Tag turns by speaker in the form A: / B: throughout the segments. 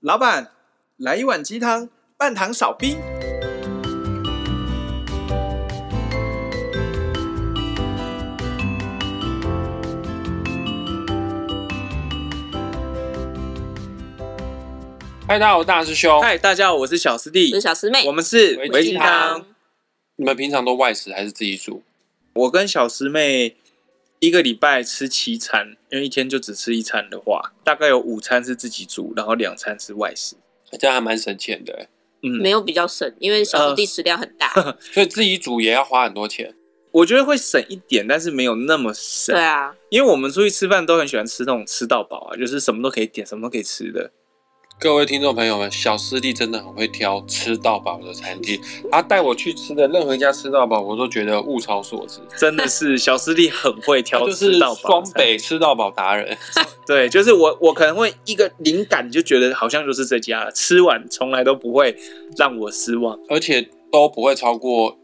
A: 老板，来一碗鸡汤，半糖少冰。
B: 嗨，大家好，我大师兄。
A: 嗨，大家好，我是小师弟
C: 我是，小师妹，
A: 我们是
B: 微
A: 维
B: 鸡
A: 鸡
B: 汤
A: 汤。
B: 你们平常都外食还是自己煮？
A: 我跟小师妹一个礼拜吃七餐，因为一天就只吃一餐的话，大概有五餐是自己煮，然后两餐是外食。
B: 这样还蛮省钱的欸，
A: 嗯
C: 没，有比较省，因为
A: 呃
C: 小师弟食量很 大。
B: 所以自己煮也要花很多钱。
A: 我觉得会省一点，但是没有那么省
C: 对。啊，
A: 因为我们出去吃饭都很喜欢吃那种吃到饱啊，就是什么都可以点，什么都可以吃的。
B: 各位听众朋友们，小师弟真的很会挑吃到饱的餐厅，他带我去吃的任何一家吃到饱，我都觉得物超所值。
A: 真的是小师弟很会
B: 他
A: 挑
B: 啊就
A: 吃
B: 是
A: 到饱
B: 双
A: 的菜，
B: 北吃到饱达人，
A: 对，就是我我可能会一个灵感就觉得好像就是这家了，吃完从来都不会让我失望。
B: 而且都不会超过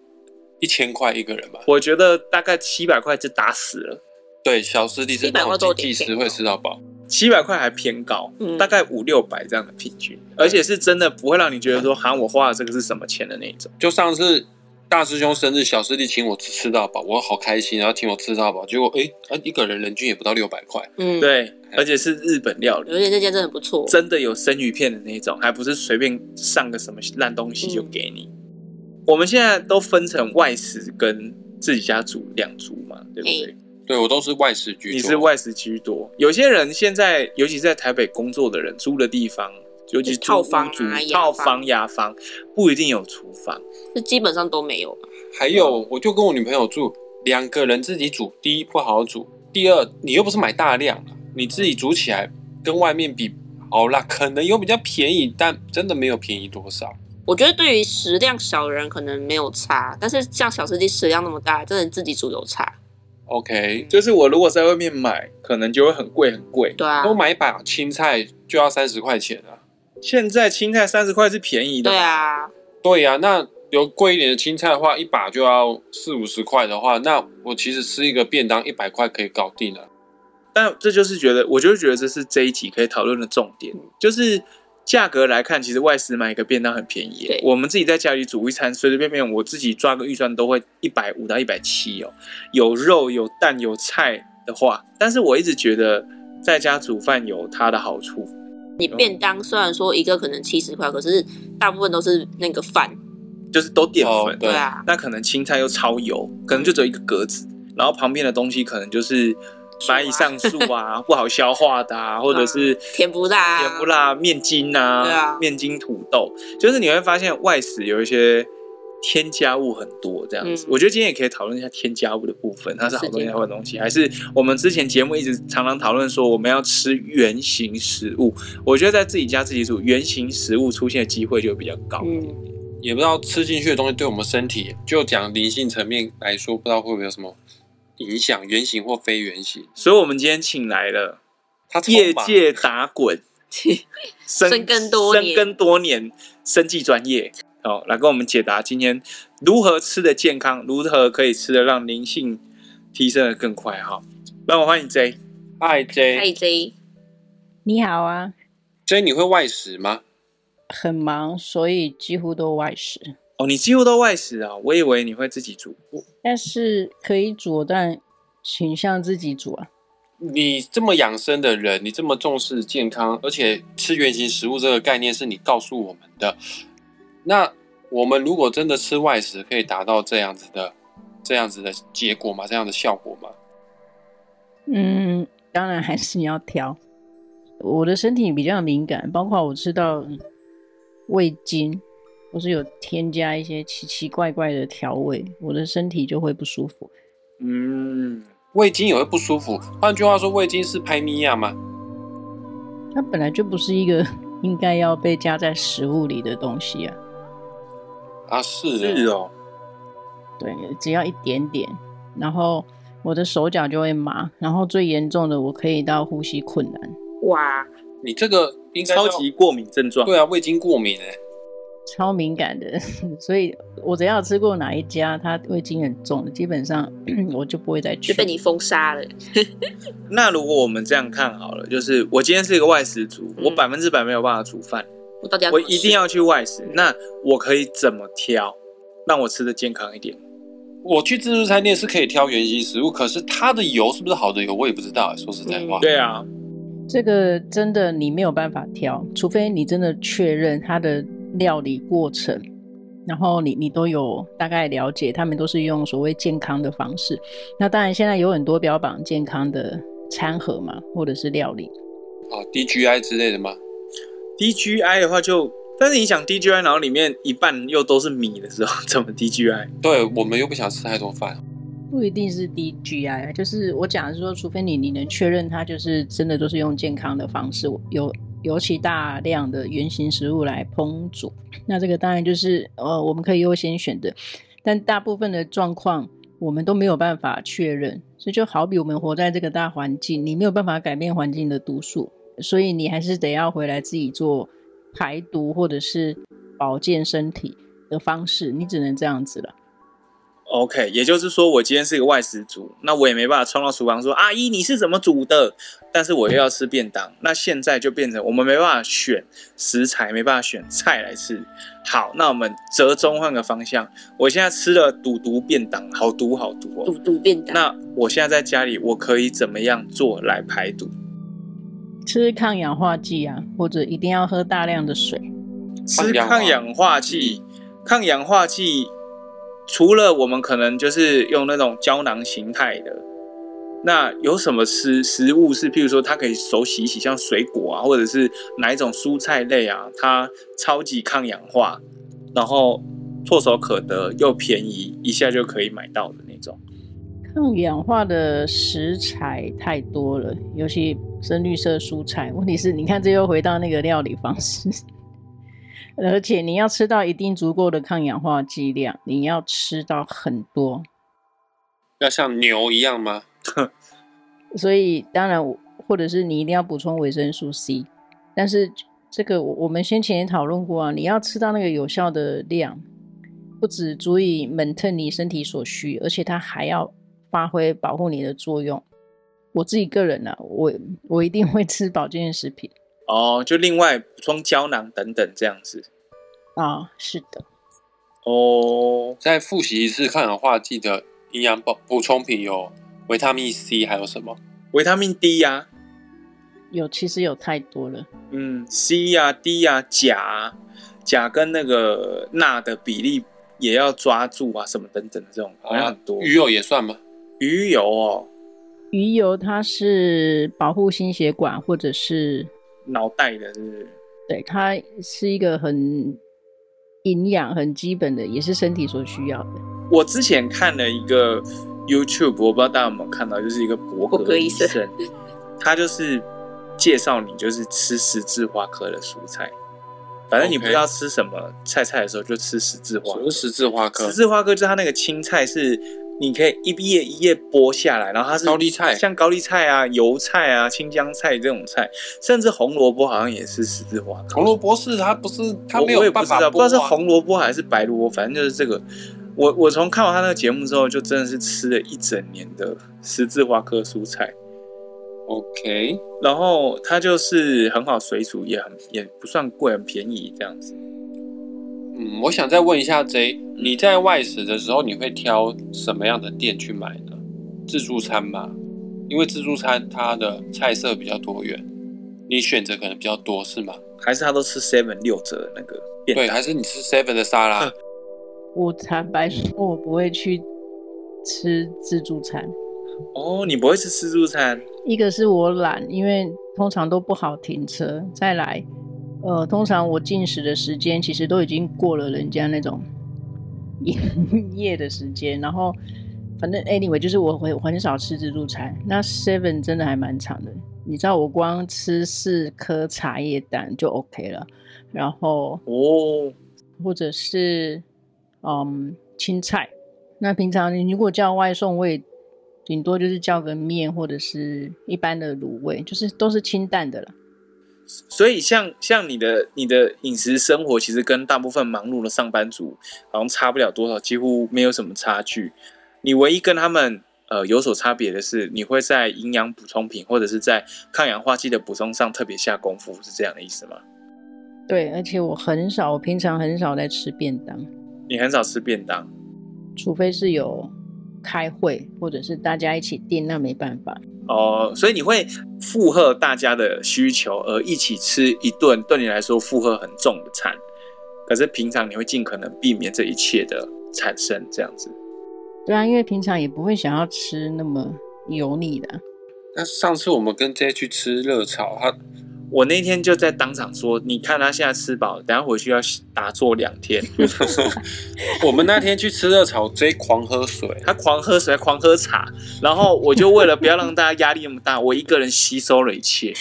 B: 一千块一个人吧？
A: 我觉得大概七百块就打死了，
B: 对，小师弟是那
C: 700块
B: 种
C: 都
B: 经济
C: 顶
B: 实惠吃到饱。
A: 七百块还偏高，
C: 嗯
A: 大概五六百这样的平均，而且是真的不会让你觉得说，好像我花了这个是什么钱的那种。
B: 就上次大师兄生日，小师弟请我吃吃到饱，我好开心，然后请我吃到饱，结果诶，啊一个人人均也不到六百块，
C: 嗯，，
A: 对，而且是日本料理，
C: 而且这间真的很不错。
A: 真的有生鱼片的那种，还不是随便上个什么烂东西
C: 嗯
A: 就给你。我们现在都分成外食跟自己家煮两族嘛，对不对？
C: 哎
B: 对我都是外食居
A: 你
B: 多。
A: 是外食居多。有些人现在，尤其是在台北工作的人，租的地方，尤其是
C: 套
A: 租
C: 房
A: 屋
C: 啊
A: 主
C: 雅
A: 套
C: 房
A: 房、牙房，不一定有厨房。
C: 这基本上都没有吧？
B: 还有，我就跟我女朋友住，两个人自己煮，第一不好煮，第二你又不是买大量，你自己煮起来跟外面比，好啦，可能有比较便宜，但真的没有便宜多少。
C: 我觉得对于食量小的人可能没有差，但是像小师弟食量那么大，真的自己煮有差。
B: OK，
A: 就是我如果在外面买，可能就会很贵很贵。
C: 对啊，
B: 都买一把青菜就要三十块钱啊。
A: 现在青菜三十块是便宜的，
C: 对，啊，
B: 对呀、那有贵一点的青菜的话，一把就要四五十块的话，那我其实吃一个便当一百块可以搞定了。
A: 但这就是觉得，我就觉得这是这一集可以讨论的重点，就是价格来看，其实外食买一个便当很便宜耶
C: 对，
A: 我们自己在家里煮一餐，随随便便我自己抓个预算都会一百五到一百七哦，有肉有蛋有菜的话，但是我一直觉得在家煮饭有它的好处，
C: 你便当虽然说一个可能七十块，可是大部分都是那个饭。
A: 就是都淀粉，
B: 哦对
C: 对啊，
A: 那可能青菜又超油，可能就只有一个格子，然后旁边的东西可能就是
C: 素啊
A: 蚂蚁上树啊，不好消化的啊，或者是
C: 甜不辣啊
A: 甜不辣面筋啊，
C: 对啊
A: 面筋土豆，就是你会发现外食有一些添加物很多这样子。
C: 嗯
A: 我觉得今天也可以讨论一下添加物的部分，它是好东
C: 是
A: 西还
C: 的
A: 是坏东西，还是我们之前节目一直常常讨论说我们要吃原形食物。我觉得在自己家自己煮原形食物出现的机会就比较高。
C: 嗯，
B: 也不知道吃进去的东西对我们身体，就讲灵性层面来说，不知道会不会有什么影响，圆形或非圆形。
A: 所以我们今天请来了。
B: 它充
A: 业
B: 满
A: 界打滚，
C: 深耕多年
A: 深耕多年，生计专业，好、来跟我们解答今天如何吃的健康，如何可以吃的让灵性提升的更快哈。让我欢迎 J，
B: 嗨
C: 太
B: J
C: J，
D: 你好啊，
B: J，你会外食吗？
D: 很忙，所以几乎都外食。
A: 哦，你几乎都外食啊，我以为你会自己煮，
D: 但是可以煮，但倾向自己煮啊。
B: 你这么养生的人，你这么重视健康，而且吃原形食物这个概念是你告诉我们的。那我们如果真的吃外食，可以达到这样子的、这样子的结果吗？这样的效果吗？
D: 嗯，当然还是你要挑。我的身体比较敏感，包括我吃到嗯味精，或是有添加一些奇奇怪怪的调味，我的身体就会不舒服。
A: 嗯，
B: 味精也会不舒服。换句话说，味精是拍咪亚吗？
D: 它本来就不是一个 应该要被加在食物里的东西啊。
B: 啊，是哦
A: 是哦，
D: 对，只要一点点，然后我的手脚就会麻，然后最严重的我可以到呼吸困难，
C: 哇，
B: 你这个应该叫
A: 超级过敏症状，
B: 对啊，味精过敏哎、
D: 超敏感的， 所以我只要吃过哪一家它味精很重的，基本上 我就不会再去。
C: 就被你封杀了。
A: 那如果我们这样看好了，就是我今天是一个外食族，
C: 嗯
A: 我百分之百没有办法煮饭，
C: 我到底要
A: 我
C: 怎么
A: 一定
C: 吃
A: 要去外食。那我可以怎么挑，让我吃的健康一点？
B: 我去自助餐店是可以挑原型食物，可是它的油是不是好的油，我也不知道。欸说实在话，
C: 嗯
A: 对啊，
D: 这个真的你没有办法挑，除非你真的确认它的料理过程，然后你你都有大概了解，他们都是用所谓健康的方式。那当然，现在有很多标榜健康的餐盒嘛，或者是料理，
B: 哦，DGI 之类的吗？
A: DGI 的话就，但是你想 DGI，然后里面一半又都是米的时候，怎么 DGI？
B: 对我们又不想吃太多饭，
D: 不一定是 DGI，就是我讲的是说，除非你你能确认它就是真的都是用健康的方式，尤尤其大量的原型食物来烹煮，那这个当然就是呃我们可以优先选的，但大部分的状况我们都没有办法确认，这就好比我们活在这个大环境，你没有办法改变环境的毒素，所以你还是得要回来自己做排毒或者是保健身体的方式，你只能这样子了。
A: OK，也就是说，我今天是一个外食族，那我也没办法冲到厨房说：“阿姨，你是怎么煮的？”但是我又要吃便当，那现在就变成我们没办法选食材，没办法选菜来吃。好，那我们折中换个方向，我现在吃了肚肚便当，好毒好毒哦。
C: 肚肚变大？
A: 那我现在在家里，我可以怎么样做来排毒？
D: 吃抗氧化剂啊，或者一定要喝大量的水。
A: 吃抗氧化剂，抗氧化剂除了我们可能就是用那种胶囊形态的，那有什么吃食物是，譬如说它可以手洗一洗，像水果啊，或者是哪一种蔬菜类啊，它超级抗氧化，然后唾手可得又便宜，一下就可以买到的那种。
D: 抗氧化的食材太多了，尤其深绿色蔬菜。问题是，你看这又回到那个料理方式， 而且你要吃到一定足够的抗氧化剂量，你要吃到很多。
B: 要像牛一样吗？
D: 所以当然我，或者是你一定要补充维生素 C，但是这个我我们先前也讨论过啊，你要吃到那个有效的量，不只足以 maintain 你身体所需，而且它还要发挥保护你的作用。我自己个人呢、啊，我我一定会吃保健食品
A: 哦，就另外补充胶囊等等这样子。
D: 啊，是的，
A: 哦，
B: 再复习一次抗氧化剂的营养补补充品有维他命 C，还有什么？
A: 维他命 D 啊呀、
D: 有其实有太多了。
A: 嗯，C 呀、D 呀、钾啊、钾跟那个钠的比例也要抓住啊，什么等等的这种，好像很多。
B: 哦啊鱼油也算吗？
A: 鱼油哦，
D: 鱼油它是保护心血管或者是
A: 脑袋的是不是？
D: 对，它是一个很营养很基本的，也是身体所需要的。
A: 我之前看了一个 YouTube，我不知道大家有没有看到，就是一个博
C: 伯格
A: 医
C: 医生
A: 生，他就是介绍你就是吃十字花科的蔬菜，反正你
B: OK
A: 不知道吃什么菜菜的时候就吃十字花
B: 什
A: 科。
B: 么是十字花科
A: 十？字花科就是它那个青菜是你可以一叶一叶剥下来，然后它是
B: 高丽菜
A: 像高丽菜啊、油菜啊、青江菜这种菜，甚至红萝卜好像也是十字花科。
B: 红萝卜是它不是它没
A: 我我也
B: 有
A: 不
B: 办
A: 知
B: 法
A: 道，不知道是
B: 剥啊
A: 红萝卜还是白萝卜，反正就是这个。我我从看完他那个节目之后，就真的是吃了一整年的十字花科蔬菜，
B: OK，
A: 然后它就是很好水煮，也很也不算贵，很便宜这样子。
B: 嗯，我想再问一下 J，你在外食的时候，你会挑什么样的店去买呢？自助餐嘛，因为自助餐它的菜色比较多元，你选择可能比较多，是吗？
A: 还是他都吃 Seven 六折的那个便
B: 对，
A: 当
B: 还是你吃 Seven 的沙
A: 嗯
B: 拉？
D: 我坦白说，我不会去吃自助餐。
A: 哦，你不会吃自助餐？
D: 一个是我懒，因为通常都不好停车。再来，呃，通常我进食的时间其实都已经过了人家那种 营业的时间，然后反正 anyway 就是我会我很少吃自助餐。那 seven 真的还蛮长的，你知道我光吃四颗茶叶蛋就 OK 了，然后
A: 哦，
D: 或者是嗯青菜。那平常你如果叫外送，我也顶多就是叫个面或者是一般的卤味，就是都是清淡的了。
A: 所以像像你的你的饮食生活，其实跟大部分忙碌的上班族好像差不了多少，几乎没有什么差距。你唯一跟他们呃有所差别的是，你会在营养补充品或者是在抗氧化剂的补充上特别下功夫，是这样的意思吗？
D: 对，而且我很少，我平常很少在吃便当，
A: 你很少吃便当，
D: 除非是有开会或者是大家一起订，那没办法。
A: 哦，所以你会附和大家的需求而一起吃一顿对你来说负荷很重的餐，可是平常你会尽可能避免这一切的产生，这样子。
D: 对啊，因为平常也不会想要吃那么油腻的。啊
B: 那上次我们跟 J 去吃热炒，他
A: 我那天就在当场说，你看他现在吃饱，等下回去要打坐两天。
B: 我们那天去吃热炒，J 狂喝水，
A: 他狂喝水，狂喝茶，然后我就为了不要让大家压力那么大，我一个人吸收了一切。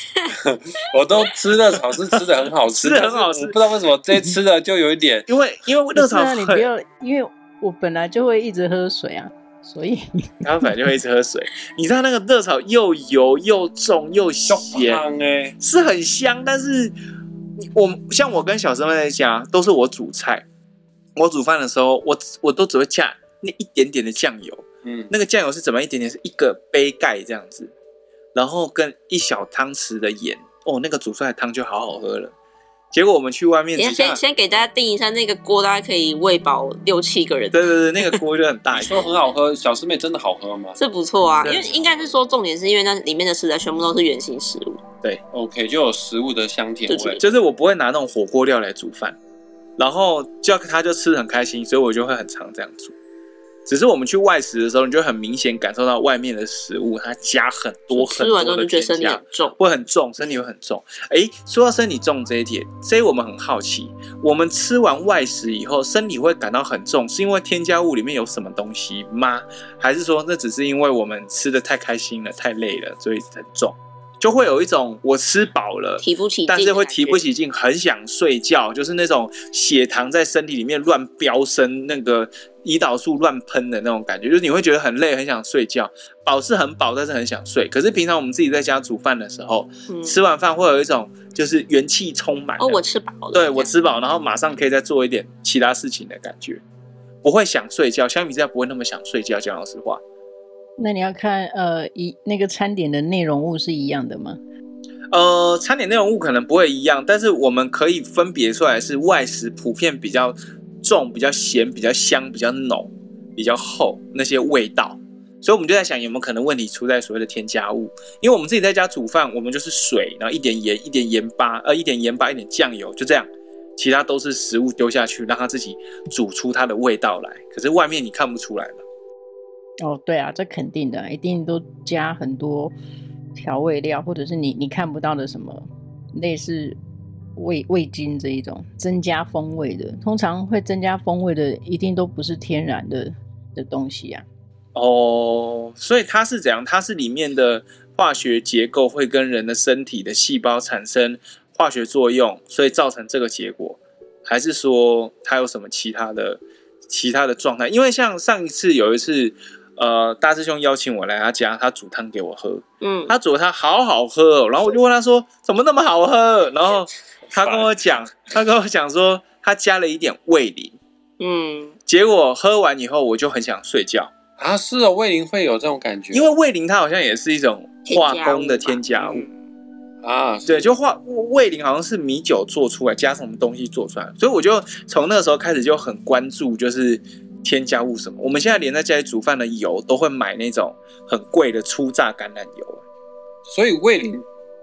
B: 我都吃热炒是吃的很好
A: 吃
B: 吃，
A: 得很好吃
B: 但是我不知道为什么 J 吃的就有一点
A: 因为因为热炒
D: 不是啊你不
A: 很，
D: 要，因为我本来就会一直喝水啊，所以
A: 他反正就会一直喝水。你知道那个热炒又油又重又咸，
B: 香哎，
A: 是很香，但是你我像我跟小生妹在家都是我煮菜，我煮饭的时候，我我都只会加那一点点的酱油，
B: 嗯，
A: 那个酱油是怎么样一点点，是一个杯盖这样子，然后跟一小汤匙的盐，哦，那个煮出来的汤就好好喝了。结果我们去外面
C: 等一下
A: 吃
C: 先
A: 饭，
C: 先给大家定一下那个锅，大概可以喂饱六七个人，
A: 对对对，那个锅就很 大
B: 你
A: 一
B: 说
A: 个，
B: 很好喝，小师妹真的好喝吗
C: 这不错啊。
A: 对
C: 因为应该是说重点是因为那里面的食材全部都是原形食物，
B: ？OK，就有食物的香甜
C: 对
B: 味，
A: 就是我不会拿那种火锅料来煮饭，然后叫他就吃得很开心，所以我就会很常这样煮。只是我们去外食的时候，你就很明显感受到外面的食物它加很多很
C: 吃完之
A: 多
C: 后
A: 的
C: 就
A: 添
C: 觉得身体
A: 加
C: 很重。
A: 会很重，身体会很重。诶，说到身体重这一点，这一我们很好奇，我们吃完外食以后，身体会感到很重，是因为添加物里面有什么东西吗？还是说那只是因为我们吃的太开心了、太累了，所以很重？就会有一种我吃饱了。
C: 提不起劲的
A: 但
C: 感觉，
A: 是会提不起劲，很想睡觉，就是那种血糖在身体里面乱飙升，那个胰岛素乱喷的那种感觉，就是你会觉得很累，很想睡觉。饱是很饱，但是很想睡。可是平常我们自己在家煮饭的时候，
C: 嗯
A: 吃完饭会有一种就是元气充满的。
C: 哦，我吃饱了。
A: 对我吃饱，然后马上可以再做一点其他事情的感觉，不会想睡觉。相比之下，不会那么想睡觉。讲老实话，
D: 那你要看呃一那个餐点的内容物是一样的吗？
A: 呃，餐点内容物可能不会一样，但是我们可以分别出来是外食普遍比较重、比较咸、比较香、比较浓、比较厚那些味道。所以我们就在想，有没有可能问题出在所谓的添加物？因为我们自己在家煮饭，我们就是水，然后一点盐、一点盐巴，呃，一点盐巴、一点酱油，就这样，其他都是食物丢下去，让它自己煮出它的味道来。可是外面你看不出来嘛？
D: 哦，对啊，这肯定的啊，一定都加很多调味料，或者是你你看不到的什么类似味味精这一种增加风味的，通常会增加风味的，一定都不是天然的的东西啊。
A: 哦，所以它是怎样？它是里面的化学结构会跟人的身体的细胞产生化学作用，所以造成这个结果，还是说它有什么其他的其他的状态？因为像上一次有一次，呃，大师兄邀请我来他家，他煮汤给我喝，
C: 嗯，
A: 他煮的汤好好喝、哦，然后我就问他说怎么那么好喝，然后他跟我讲，他跟我讲说他加了一点味淋，
C: 嗯
A: 结果喝完以后我就很想睡觉。
B: 啊，是哦，味淋会有这种感觉，
A: 因为味淋它好像也是一种
C: 添
A: 化
C: 加
A: 工的
C: 物吧
A: 添加物，
C: 嗯
B: 啊，
A: 对，就化味淋好像是米酒做出来，加什么东西做出来，所以我就从那个时候开始就很关注，就是添加物什么。我们现在连在家里煮饭的油都会买那种很贵的初榨橄榄油，
B: 所以味淋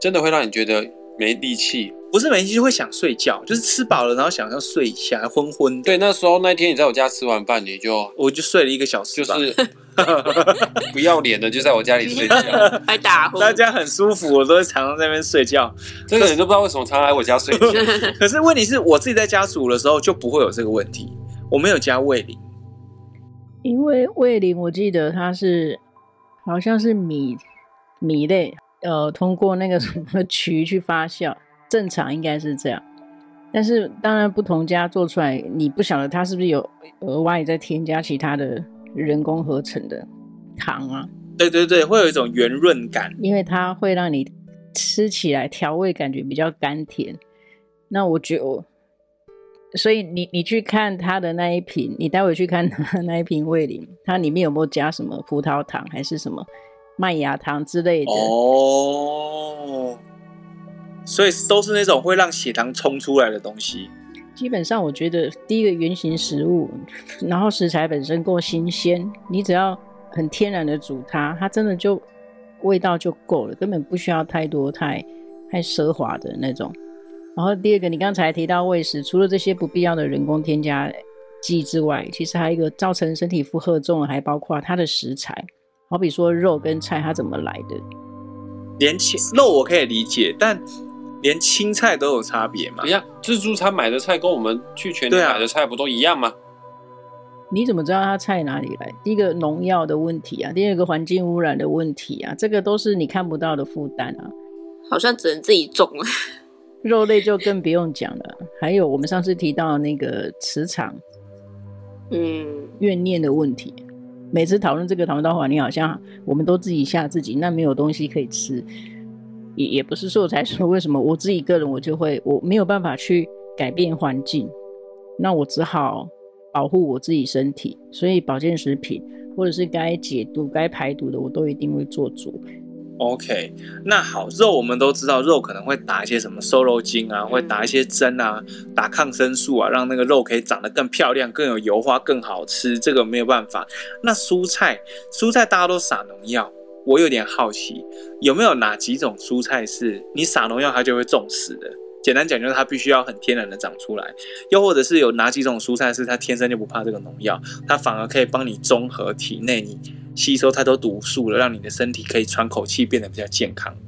B: 真的会让你觉得没力气。
A: 不是每天就会想睡觉，就是吃饱了然后想要睡一下，昏昏的，
B: 对，那时候那天你在我家吃完饭，你就
A: 我就睡了一个小时
B: 就
A: 吧。
B: 是 不要脸的就在我家里 睡觉，
C: 还打呼，
A: 大家很舒服，我都会常常在那边睡 觉。
B: 这个人都不知道为什么常来我家睡觉。
A: 可是问题是我自己在家煮的时候就不会有这个问题，我没有加味淋。
D: 因为味淋，我记得它是好像是米米类，呃，通过那个什么渠去发酵，正常应该是这样。但是当然，不同家做出来，你不晓得它是不是有额外再添加其他的人工合成的糖啊，
A: 对对对，会有一种圆润感。
D: 因为它会让你吃起来调味感觉比较甘甜。那我觉得，所以你你去看它的那一瓶，你待会去看它的那一瓶味淋，它里面有没有加什么葡萄糖还是什么麦芽糖之类的？
A: 哦，所以都是那种会让血糖冲出来的东西。
D: 基本上，我觉得第一个原型食物，然后食材本身够新鲜，你只要很天然的煮它，它真的就味道就够了，根本不需要太多太太奢华的那种。然后第二个，你刚才提到喂食，除了这些不必要的人工添加剂之外，其实还有一个造成身体负荷重的，还包括它的食材，好比说肉跟菜它怎么来的。
A: 连青肉我可以理解，但连青菜都有差别嘛
B: 等一？下，自助餐买的菜跟我们去全
A: 对
B: 年
A: 啊
B: 买的菜不都一样吗？
D: 你怎么知道它菜哪里来？第一个农药的问题啊，第二个环境污染的问题啊，这个都是你看不到的负担啊。
C: 好像只能自己种了。
D: 肉类就更不用讲了，还有我们上次提到那个磁场
C: 嗯，
D: 怨念的问题。每次讨论这个讨论到话，你好像我们都自己吓自己，那没有东西可以吃，也也不是说我才说为什么我自己个人我就会我没有办法去改变环境，那我只好保护我自己身体，所以保健食品或者是该解毒、该排毒的，我都一定会做足。
A: OK，那好，肉我们都知道，肉可能会打一些什么瘦肉精啊，会打一些针啊，打抗生素啊，让那个肉可以长得更漂亮、更有油花、更好吃。这个没有办法。那蔬菜，蔬菜大家都撒农药，我有点好奇，有没有哪几种蔬菜是你撒农药它就会种死的？简单讲就是它必须要很天然的长出来，又或者是有哪几种蔬菜是它天生就不怕这个农药，它反而可以帮你综合体内你吸收太多毒素了，让你的身体可以喘口气，变得比较健康了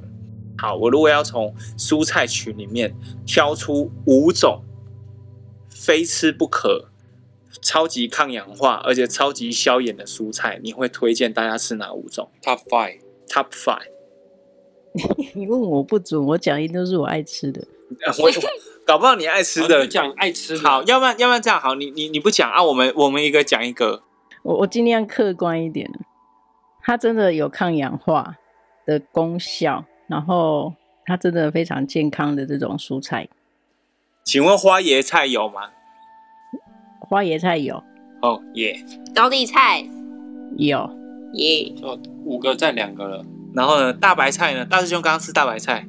A: 好，我如果要从蔬菜群里面挑出五种非吃不可、超级抗氧化而且超级消炎的蔬菜，你会推荐大家吃哪五种
B: Top five，
A: ？Top five，
D: 你问我不准，我讲一定都是我爱吃的。
A: 呃我搞不好你爱吃
B: 好
A: 的
B: 你。讲爱吃的
A: 好，，要不然要不然这样好，你你你不讲啊，我们我们一个讲一个。
D: 我我尽量客观一点，它真的有抗氧化的功效，然后它真的非常健康的这种蔬菜，
A: 请问花椰菜有吗？
D: 花椰菜有
A: 哦耶，
C: 高丽菜
D: 有，
C: 耶
A: 嗯
B: 哦五个占两个了，
A: 然后呢，大白菜呢？大师兄刚刚吃大白菜，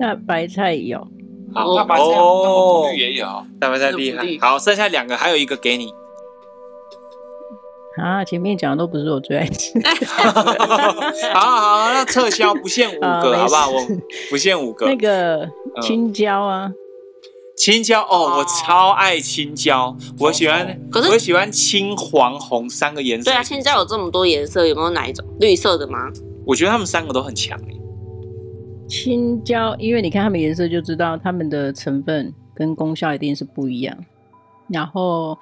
D: 那白菜有，
B: 好，
C: 哦
B: 那白菜啊那
A: 哦
B: 红绿也有，
A: 大白菜厉害
C: 那不 绿。
A: 好，剩下两个，还有一个给 你。
D: 啊，前面讲的都不是我最爱吃的，
A: 好好，好那撤销不限五
D: 啊
A: 个， 好不好？
D: 没
A: 我
D: 事
A: 不限五个。
D: 那个
A: 嗯
D: 青椒啊，
A: 青椒哦
C: 哦，
A: 我超爱青椒，我喜欢，
C: 可是
A: 我喜欢青、黄、红三个颜色
C: 对。啊，现在有这么多颜色，有没有哪一种绿色的吗？
A: 我觉得他们三个都很强欸
D: 青椒，因为你看它们颜色就知道它们的成分跟功效一定是不一样，然后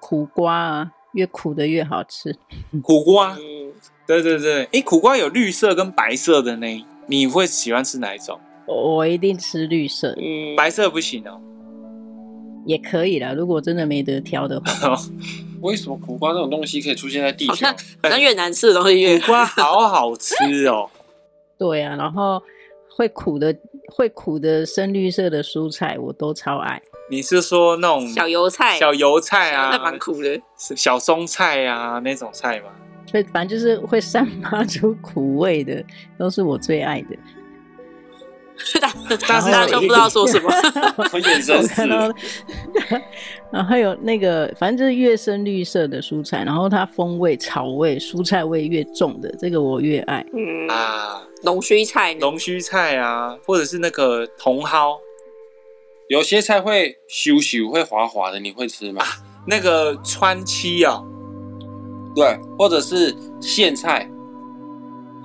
D: 苦瓜啊，越苦的越好吃，
A: 苦瓜，
C: 嗯，
A: 对对对，诶，苦瓜有绿色跟白色的呢。你会喜欢吃哪一种？
D: 我我一定吃绿色的。
C: 嗯，
A: 白色不行哦。
D: 也可以啦，如果真的没得挑的话，
B: 为什么苦瓜这种东西可以出现在地
C: 好
B: 球
C: 像？好像越难吃的东西越
A: 苦瓜好好吃哦。
D: 对啊，然后会苦的会苦的深绿色的蔬菜我都超爱，
A: 你是说那种
C: 小油菜，
A: 小油菜
C: 那
A: 啊
C: 蛮，苦的。
A: 小松菜啊那种菜吗？
D: 所以反正就是会散发 出苦味的，都是我最爱的。
C: 大
A: 但是
C: 大家
A: 我
C: 都不知道说什么。
B: 我眼神
D: 我
B: 死
D: 看到
B: 了
D: 了，然后还有那个，反正就是越深绿色的蔬菜，然后它风味、草味、蔬菜味越重的，这个我越爱。
C: 嗯，
A: 啊，
C: 龙须菜呢？
A: 龙须菜啊，或者是那个茼蒿，
B: 有些菜会咻咻会滑滑的，你会吃吗？
A: 那个川七哦，
B: 对，或者是苋菜，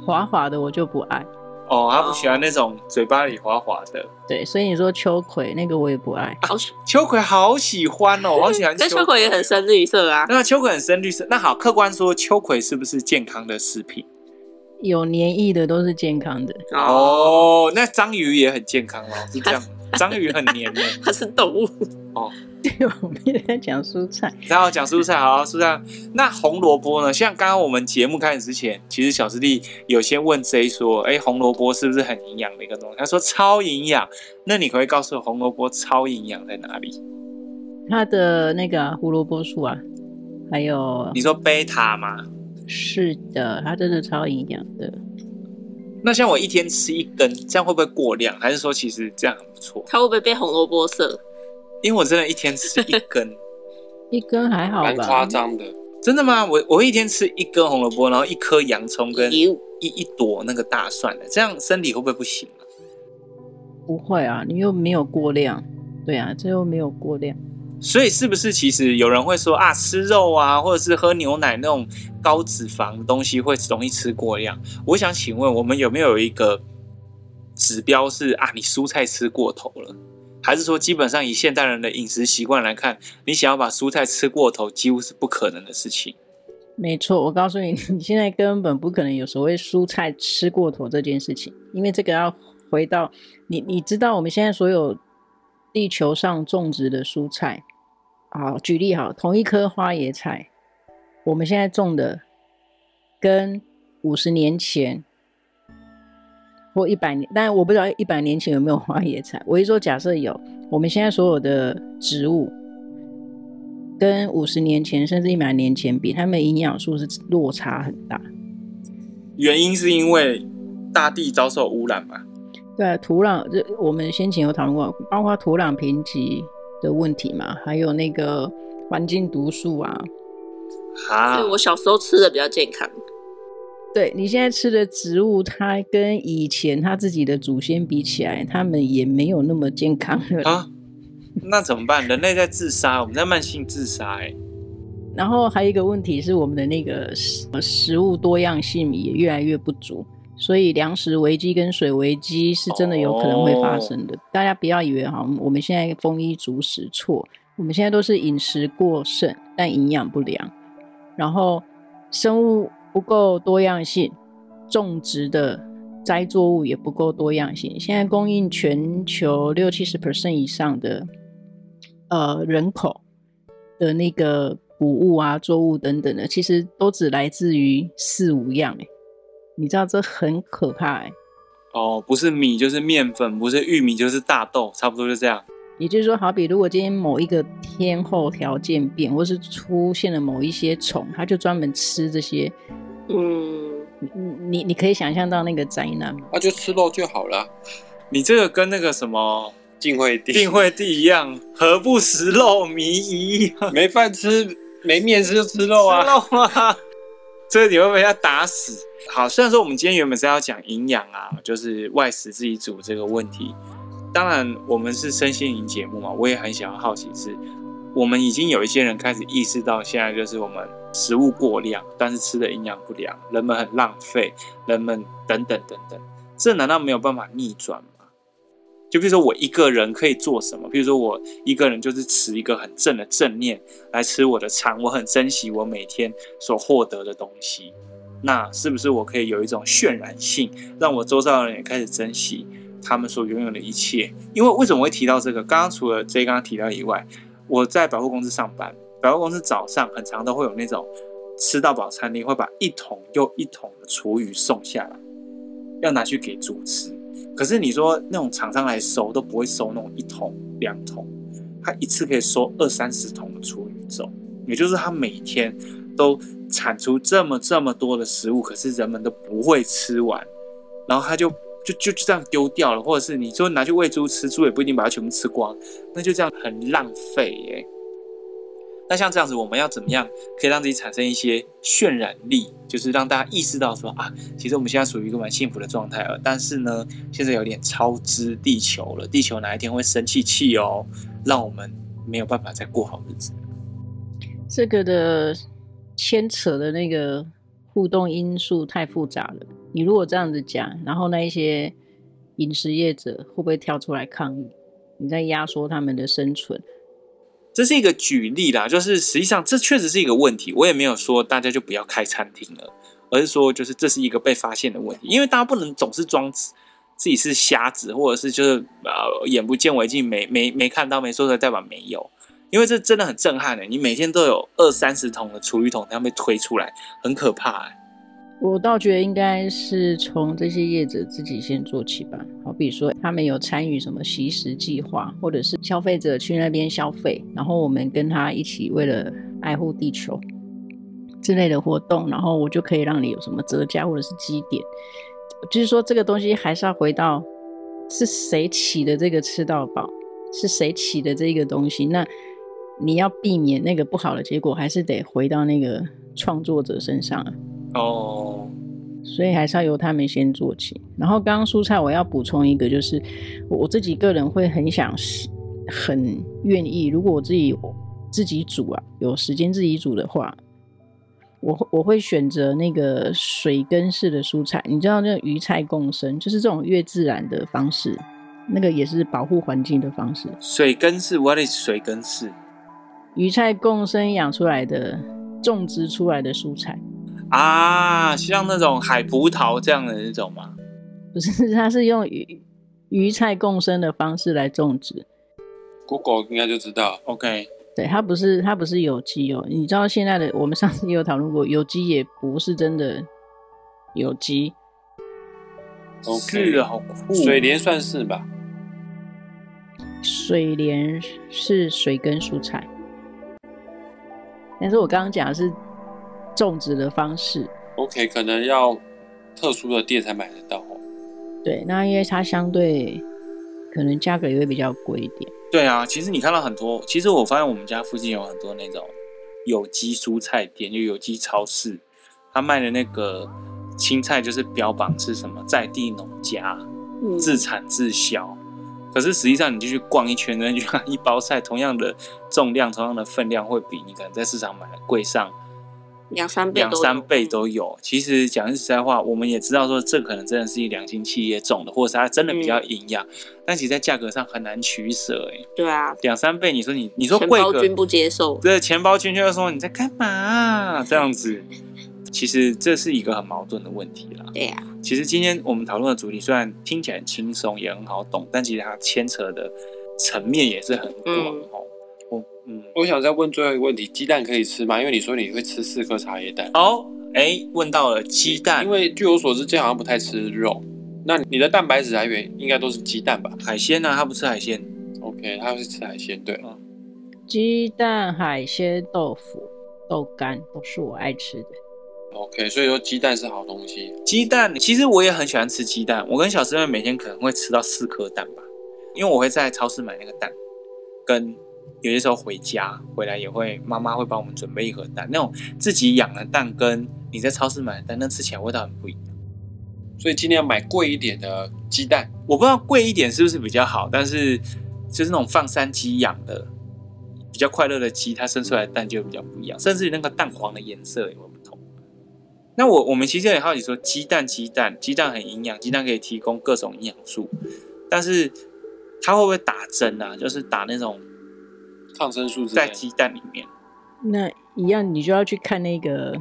D: 滑滑的我就不爱，
A: 哦，他不喜欢那种嘴巴里滑滑的。
D: 对，所以你说秋葵那个我也不爱。
C: 哦，
A: 秋葵好喜欢 哦，我好喜欢
C: 但
A: 秋
C: 秋葵也很。深绿色啊。
A: 那秋葵很深绿色。那好，客观说，秋葵是不是健康的食品？
D: 有黏液的都是健康的，
A: 哦哦，那章鱼也很健康哦，是这样。章鱼很黏的。
C: 它是动物，
D: 对， 我们也在讲蔬菜，
A: 然后讲蔬菜，好，蔬菜。那红萝卜呢？像刚刚我们节目开始之前，其实小师弟有先问 J 说：“哎，红萝卜是不是很营养的一个东西？”他说超营养。那你可不可以告诉我红萝卜超营养在哪里？
D: 它的那个啊胡萝卜素啊，还有
A: 你说贝塔吗？
D: 是的，它真的超营养的。
A: 那像我一天吃一根，这样会不会过量？还是说其实这样很不错？
C: 它会不会被红萝卜色？
A: 因为我真的一天吃一根，
D: 一根还好
B: 蛮夸
D: 吧？
B: 张的。
A: 真的吗？我我会一天吃一根红萝卜，然后一颗洋葱跟一
C: 咦
A: 一朵那个大蒜的，这样身体会不会不行啊？
D: 不会啊，你又没有过量，对啊，这又没有过量。
A: 所以是不是其实有人会说啊，吃肉啊，或者是喝牛奶那种高脂肪的东西会容易吃过量？我想请问，我们有没有一个指标是啊，你蔬菜吃过头了？还是说，基本上以现代人的饮食习惯来看，你想要把蔬菜吃过头，几乎是不可能的事情。
D: 没错，我告诉你， 你现在根本不可能有所谓蔬菜吃过头这件事情，因为这个要回到你，你知道我们现在所有地球上种植的蔬菜，好，举例好，同一棵花椰菜，我们现在种的跟五十年前或一百年，当然我不知道一百年前有没有花椰菜，我一说假设有，我们现在所有的植物跟五十年前甚至一百年前比，它们营养素是落差很大。
A: 原因是因为大地遭受污染嘛？
D: 对啊、土壤这我们先前有讨论过，包括土壤贫瘠的问题嘛，还有那个环境毒素啊。
A: 啊
C: 所以，我小时候吃的比较健康，
D: 对你现在吃的植物，它跟以前它自己的祖先比起来，它们也没有那么健康了。
A: 啊，那怎么办？人类在自杀，我们在慢性自杀、欸，
D: 然后还有一个问题是，我们的那个食呃食物多样性也越来越不足，所以粮食危机跟水危机是真的有可能会发生的。大家不要以为哈，我们现在丰衣足食错，我们现在都是饮食过剩，但营养不良，然后生物不够多样性，种植的。栽作物也不够多样性，现在供应全球六七十 percent 以上的呃人口的那个谷物啊、作物等等的，其实都只来自于四五样、欸，你知道这很可怕、欸。
A: 哦，不是米就是面粉，不是玉米就是大豆，差不多就这样。
D: 也就是说，好比如果今天某一个天候条件变，或是出现了某一些虫，它就专门吃这些，
C: 嗯，
D: 你你你可以想象到那个灾难吗？
B: 那、就吃肉就好了，
A: 你这个跟那个什么
B: 晋惠帝
A: 定惠帝一样，何不食肉糜夷？
B: 没饭吃，没面吃就吃肉
A: 哇，
B: 啊。
A: 肉 吗？这你会被他打死。好，虽然说我们今天原本是要讲营养啊，就是外食自己煮这个问题。当然，我们是身心灵节目嘛，我也很想要好奇是，我们已经有一些人开始意识到，现在就是我们食物过量，但是吃的营养不良，人们很浪费，人们等等等等，这难道没有办法逆转吗？就比如说我一个人可以做什么？比如说我一个人就是持一个很正的正念，来吃我的餐，我很珍惜我每天所获得的东西。那是不是我可以有一种渲染性，让我周遭的人也开始珍惜他们所拥有的一切？因为为什么会提到这个？刚刚除了 J 刚刚提到以外，我在百货公司上班，百货公司早上很常都会有那种吃到饱餐厅会把一桶又一桶的厨余送下来，要拿去给猪吃。可是你说那种厂商来收都不会收那种一桶两桶，他一次可以收二三十桶的厨余走，也就是他每天都产出这么这么多的食物，可是人们都不会吃完，然后他就就就就这样丢掉了，或者是你说拿去喂猪吃，猪也不一定把它全部吃光，那就这样很浪费耶、那像这样子，我们要怎么样可以让自己产生一些渲染力，就是让大家意识到说啊，其实我们现在属于一个蛮幸福的状态了，但是呢，现在有点超支地球了，地球哪一天会生气气哦，让我们没有办法再过好日子。
D: 这个的牵扯的那个互动因素太复杂了。你如果这样子讲，然后那一些饮食业者会不会跳出来抗议？你在压缩他们的生存。
A: 这是一个举例啦，就是实际上这确实是一个问题，我也没有说大家就不要开餐厅了，而是说就是这是一个被发现的问题，因为大家不能总是装自己是瞎子，或者是就是呃眼不见为净，没没没看到没说出来，代表没有。因为这真的很震撼的、你每天都有二三十桶的厨余桶，它被推出来，很可怕、欸。
D: 我倒觉得应该是从这些业者自己先做起吧，好比说他们有参与什么吸食计划，或者是消费者去那边消费，然后我们跟他一起为了爱护地球之类的活动，然后我就可以让你有什么折价或者是积点。就是说这个东西还是要回到是谁起的这个吃到饱，是谁起的这个东西，那你要避免那个不好的结果，还是得回到那个创作者身上啊。
A: 哦，
D: 所以还是要由他们先做起。然后刚刚蔬菜我要补充一个，就是我我自己个人会很想是，很愿意，如果我自己自己煮啊，有时间自己煮的话，我会我会选择那个水根式的蔬菜，你知道那个鱼菜共生，就是这种越自然的方式，那个也是保护环境的方式。
A: 水根式，what is 水根式
D: 鱼菜共生养出来的、种植出来的蔬菜。
A: 啊？像那种海葡萄这样的那种吗？
D: 不是，它是用鱼鱼菜共生的方式来种植。
B: Google 应该就知道。
A: OK，
D: 对，它不是它不是有机哦。你知道现在的我们上次也有讨论过，有机也不是真的有机。
A: 是啊，好酷。
B: 水莲算是吧？
D: 水莲是水根蔬菜，但是我刚刚讲的是种植的方式。
B: OK，可能要特殊的店才买得到哦。
D: 对，那因为它相对可能价格也会比较贵一点。
A: 对啊，其实你看到很多，其实我发现我们家附近有很多那种有机蔬菜店，就有机超市，他卖的那个青菜就是标榜是什么在地农家
C: 嗯，
A: 自产自销，可是实际上你就去逛一圈，然后就看一包菜同样的重量、同样的分量，会比你可能在市场买的贵上
C: 两三倍都
A: 两
C: 有
A: 三倍都有。其实讲句实在话，我们也知道说这可能真的是一良心企业种的，或者是它真的比较营养，但其实在价格上很难取舍、欸。
C: 对啊，
A: 两三倍，你说你你说
C: 全
A: 贵
C: 包
A: 个，
C: 均不接受。
A: 这钱包君就说你在干嘛、这样子，其实这是一个很矛盾的问题啦。
C: 对啊呀、
A: 其实今天我们讨论的主题虽然听起来很轻松，也很好懂，但其实它牵扯的层面也是很广
C: 嗯
A: 哦。我嗯，
B: 我想再问最后一个问题：鸡蛋可以吃吗？因为你说你会吃四颗茶叶蛋，
A: 好、哎，问到了鸡蛋
B: 因、为据我所知，这好像不太吃肉。那你的蛋白质来源应该都是鸡蛋吧
A: 海鲜呢、啊，它不吃海鲜，
B: ？OK，它是吃海鲜，对。
D: 鸡蛋、海鲜、豆腐、豆干都是我爱吃的。
B: OK，所以说鸡蛋是好东西。
A: 鸡蛋，其实我也很喜欢吃鸡蛋。我跟小师妹每天可能会吃到四颗蛋吧，因为我会在超市买那个蛋，跟有些时候回家回来也会，妈妈会帮我们准备一盒蛋。那种自己养的蛋跟你在超市买的蛋，那吃起来味道很不一样。
B: 所以尽量买贵一点的鸡蛋。
A: 我不知道贵一点是不是比较好，但是就是那种放山鸡养的比较快乐的鸡，它生出来的蛋就会比较不一样，甚至于那个蛋黄的颜色也会不同。那我我们其实也很好奇说，鸡蛋鸡蛋鸡蛋很营养，鸡蛋可以提供各种营养素，但是它会不会打针啊？就是打那种
B: 抗生素之类
A: 在
B: 的。
A: 鸡蛋里面
D: 那一样，你就要去看那个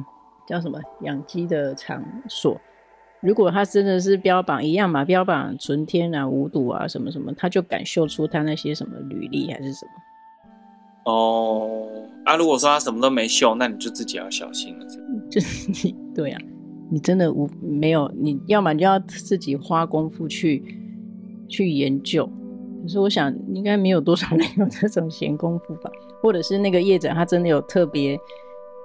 D: 叫什么养鸡的场所。如果它真的是标榜一样嘛，标榜纯天然无毒啊，什么什么，他就敢秀出他那些什么履历还是什么。
A: 哦。啊，如果说它什么都没秀，那你就自己要小心了。
D: 就是你 对啊，你真的无没有，你要么就要自己花功夫去去研究。可是我想，应该没有多少人有这种闲工夫吧？或者是那个业者他真的有特别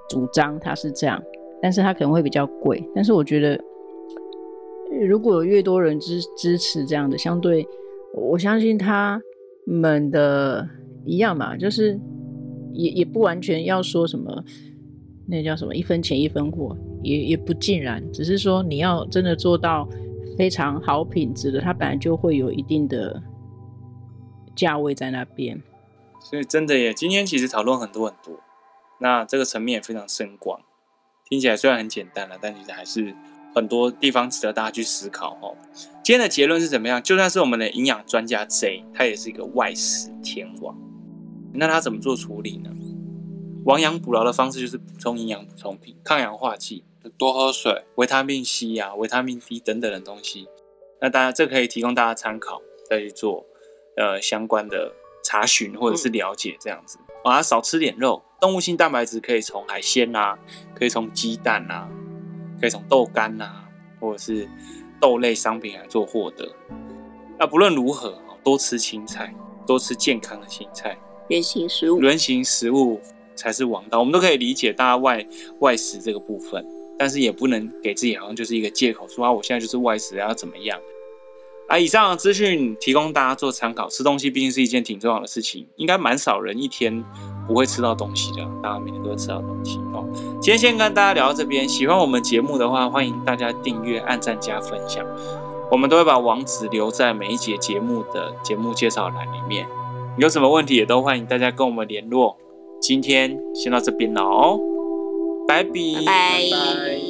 D: 主张他是这样，但是他可能会比较贵。但是我觉得，呃如果有越多人支支持这样的，相对我相信他们的一样嘛，就是也也不完全要说什么，那叫什么一分钱一分货，也也不尽然，只是说你要真的做到非常好品质的，它本来就会有一定的价位在那边。
A: 所以真的耶，今天其实讨论很多很多，那这个层面也非常深广。听起来虽然很简单了，但其实还是很多地方值得大家去思考哦。今天的结论是怎么样？就算是我们的营养专家 J，他也是一个外食天王。那他怎么做处理呢？亡羊补牢的方式就是补充营养补充品、抗氧化剂、
B: 多喝水，
A: 维他命 C 啊、维他命 D 等等的东西。那大家这可以提供大家参考，再去做呃相关的查询或者是了解这样子。啊，少吃点肉，动物性蛋白质可以从海鲜啦、可以从鸡蛋啦、可以从豆干啦、或者是豆类商品来做获得。那不论如何，哦多吃青菜，多吃健康的青菜。
C: 原型食物。
A: 人形食物才是王道。我们都可以理解大家外外食这个部分，但是也不能给自己好像就是一个借口，说啊我现在就是外食，要怎么样？啊，以上的资讯提供大家做参考。吃东西毕竟是一件挺重要的事情，应该蛮少人一天不会吃到东西的，大家每天都会吃到东西哦。今天先跟大家聊到这边，喜欢我们节目的话，欢迎大家订阅、按赞、加分享。我们都会把网址留在每一节节目的节目介绍栏里面。有什么问题也都欢迎大家跟我们联络。今天先到这边了哦，拜拜
C: 拜拜
D: 拜。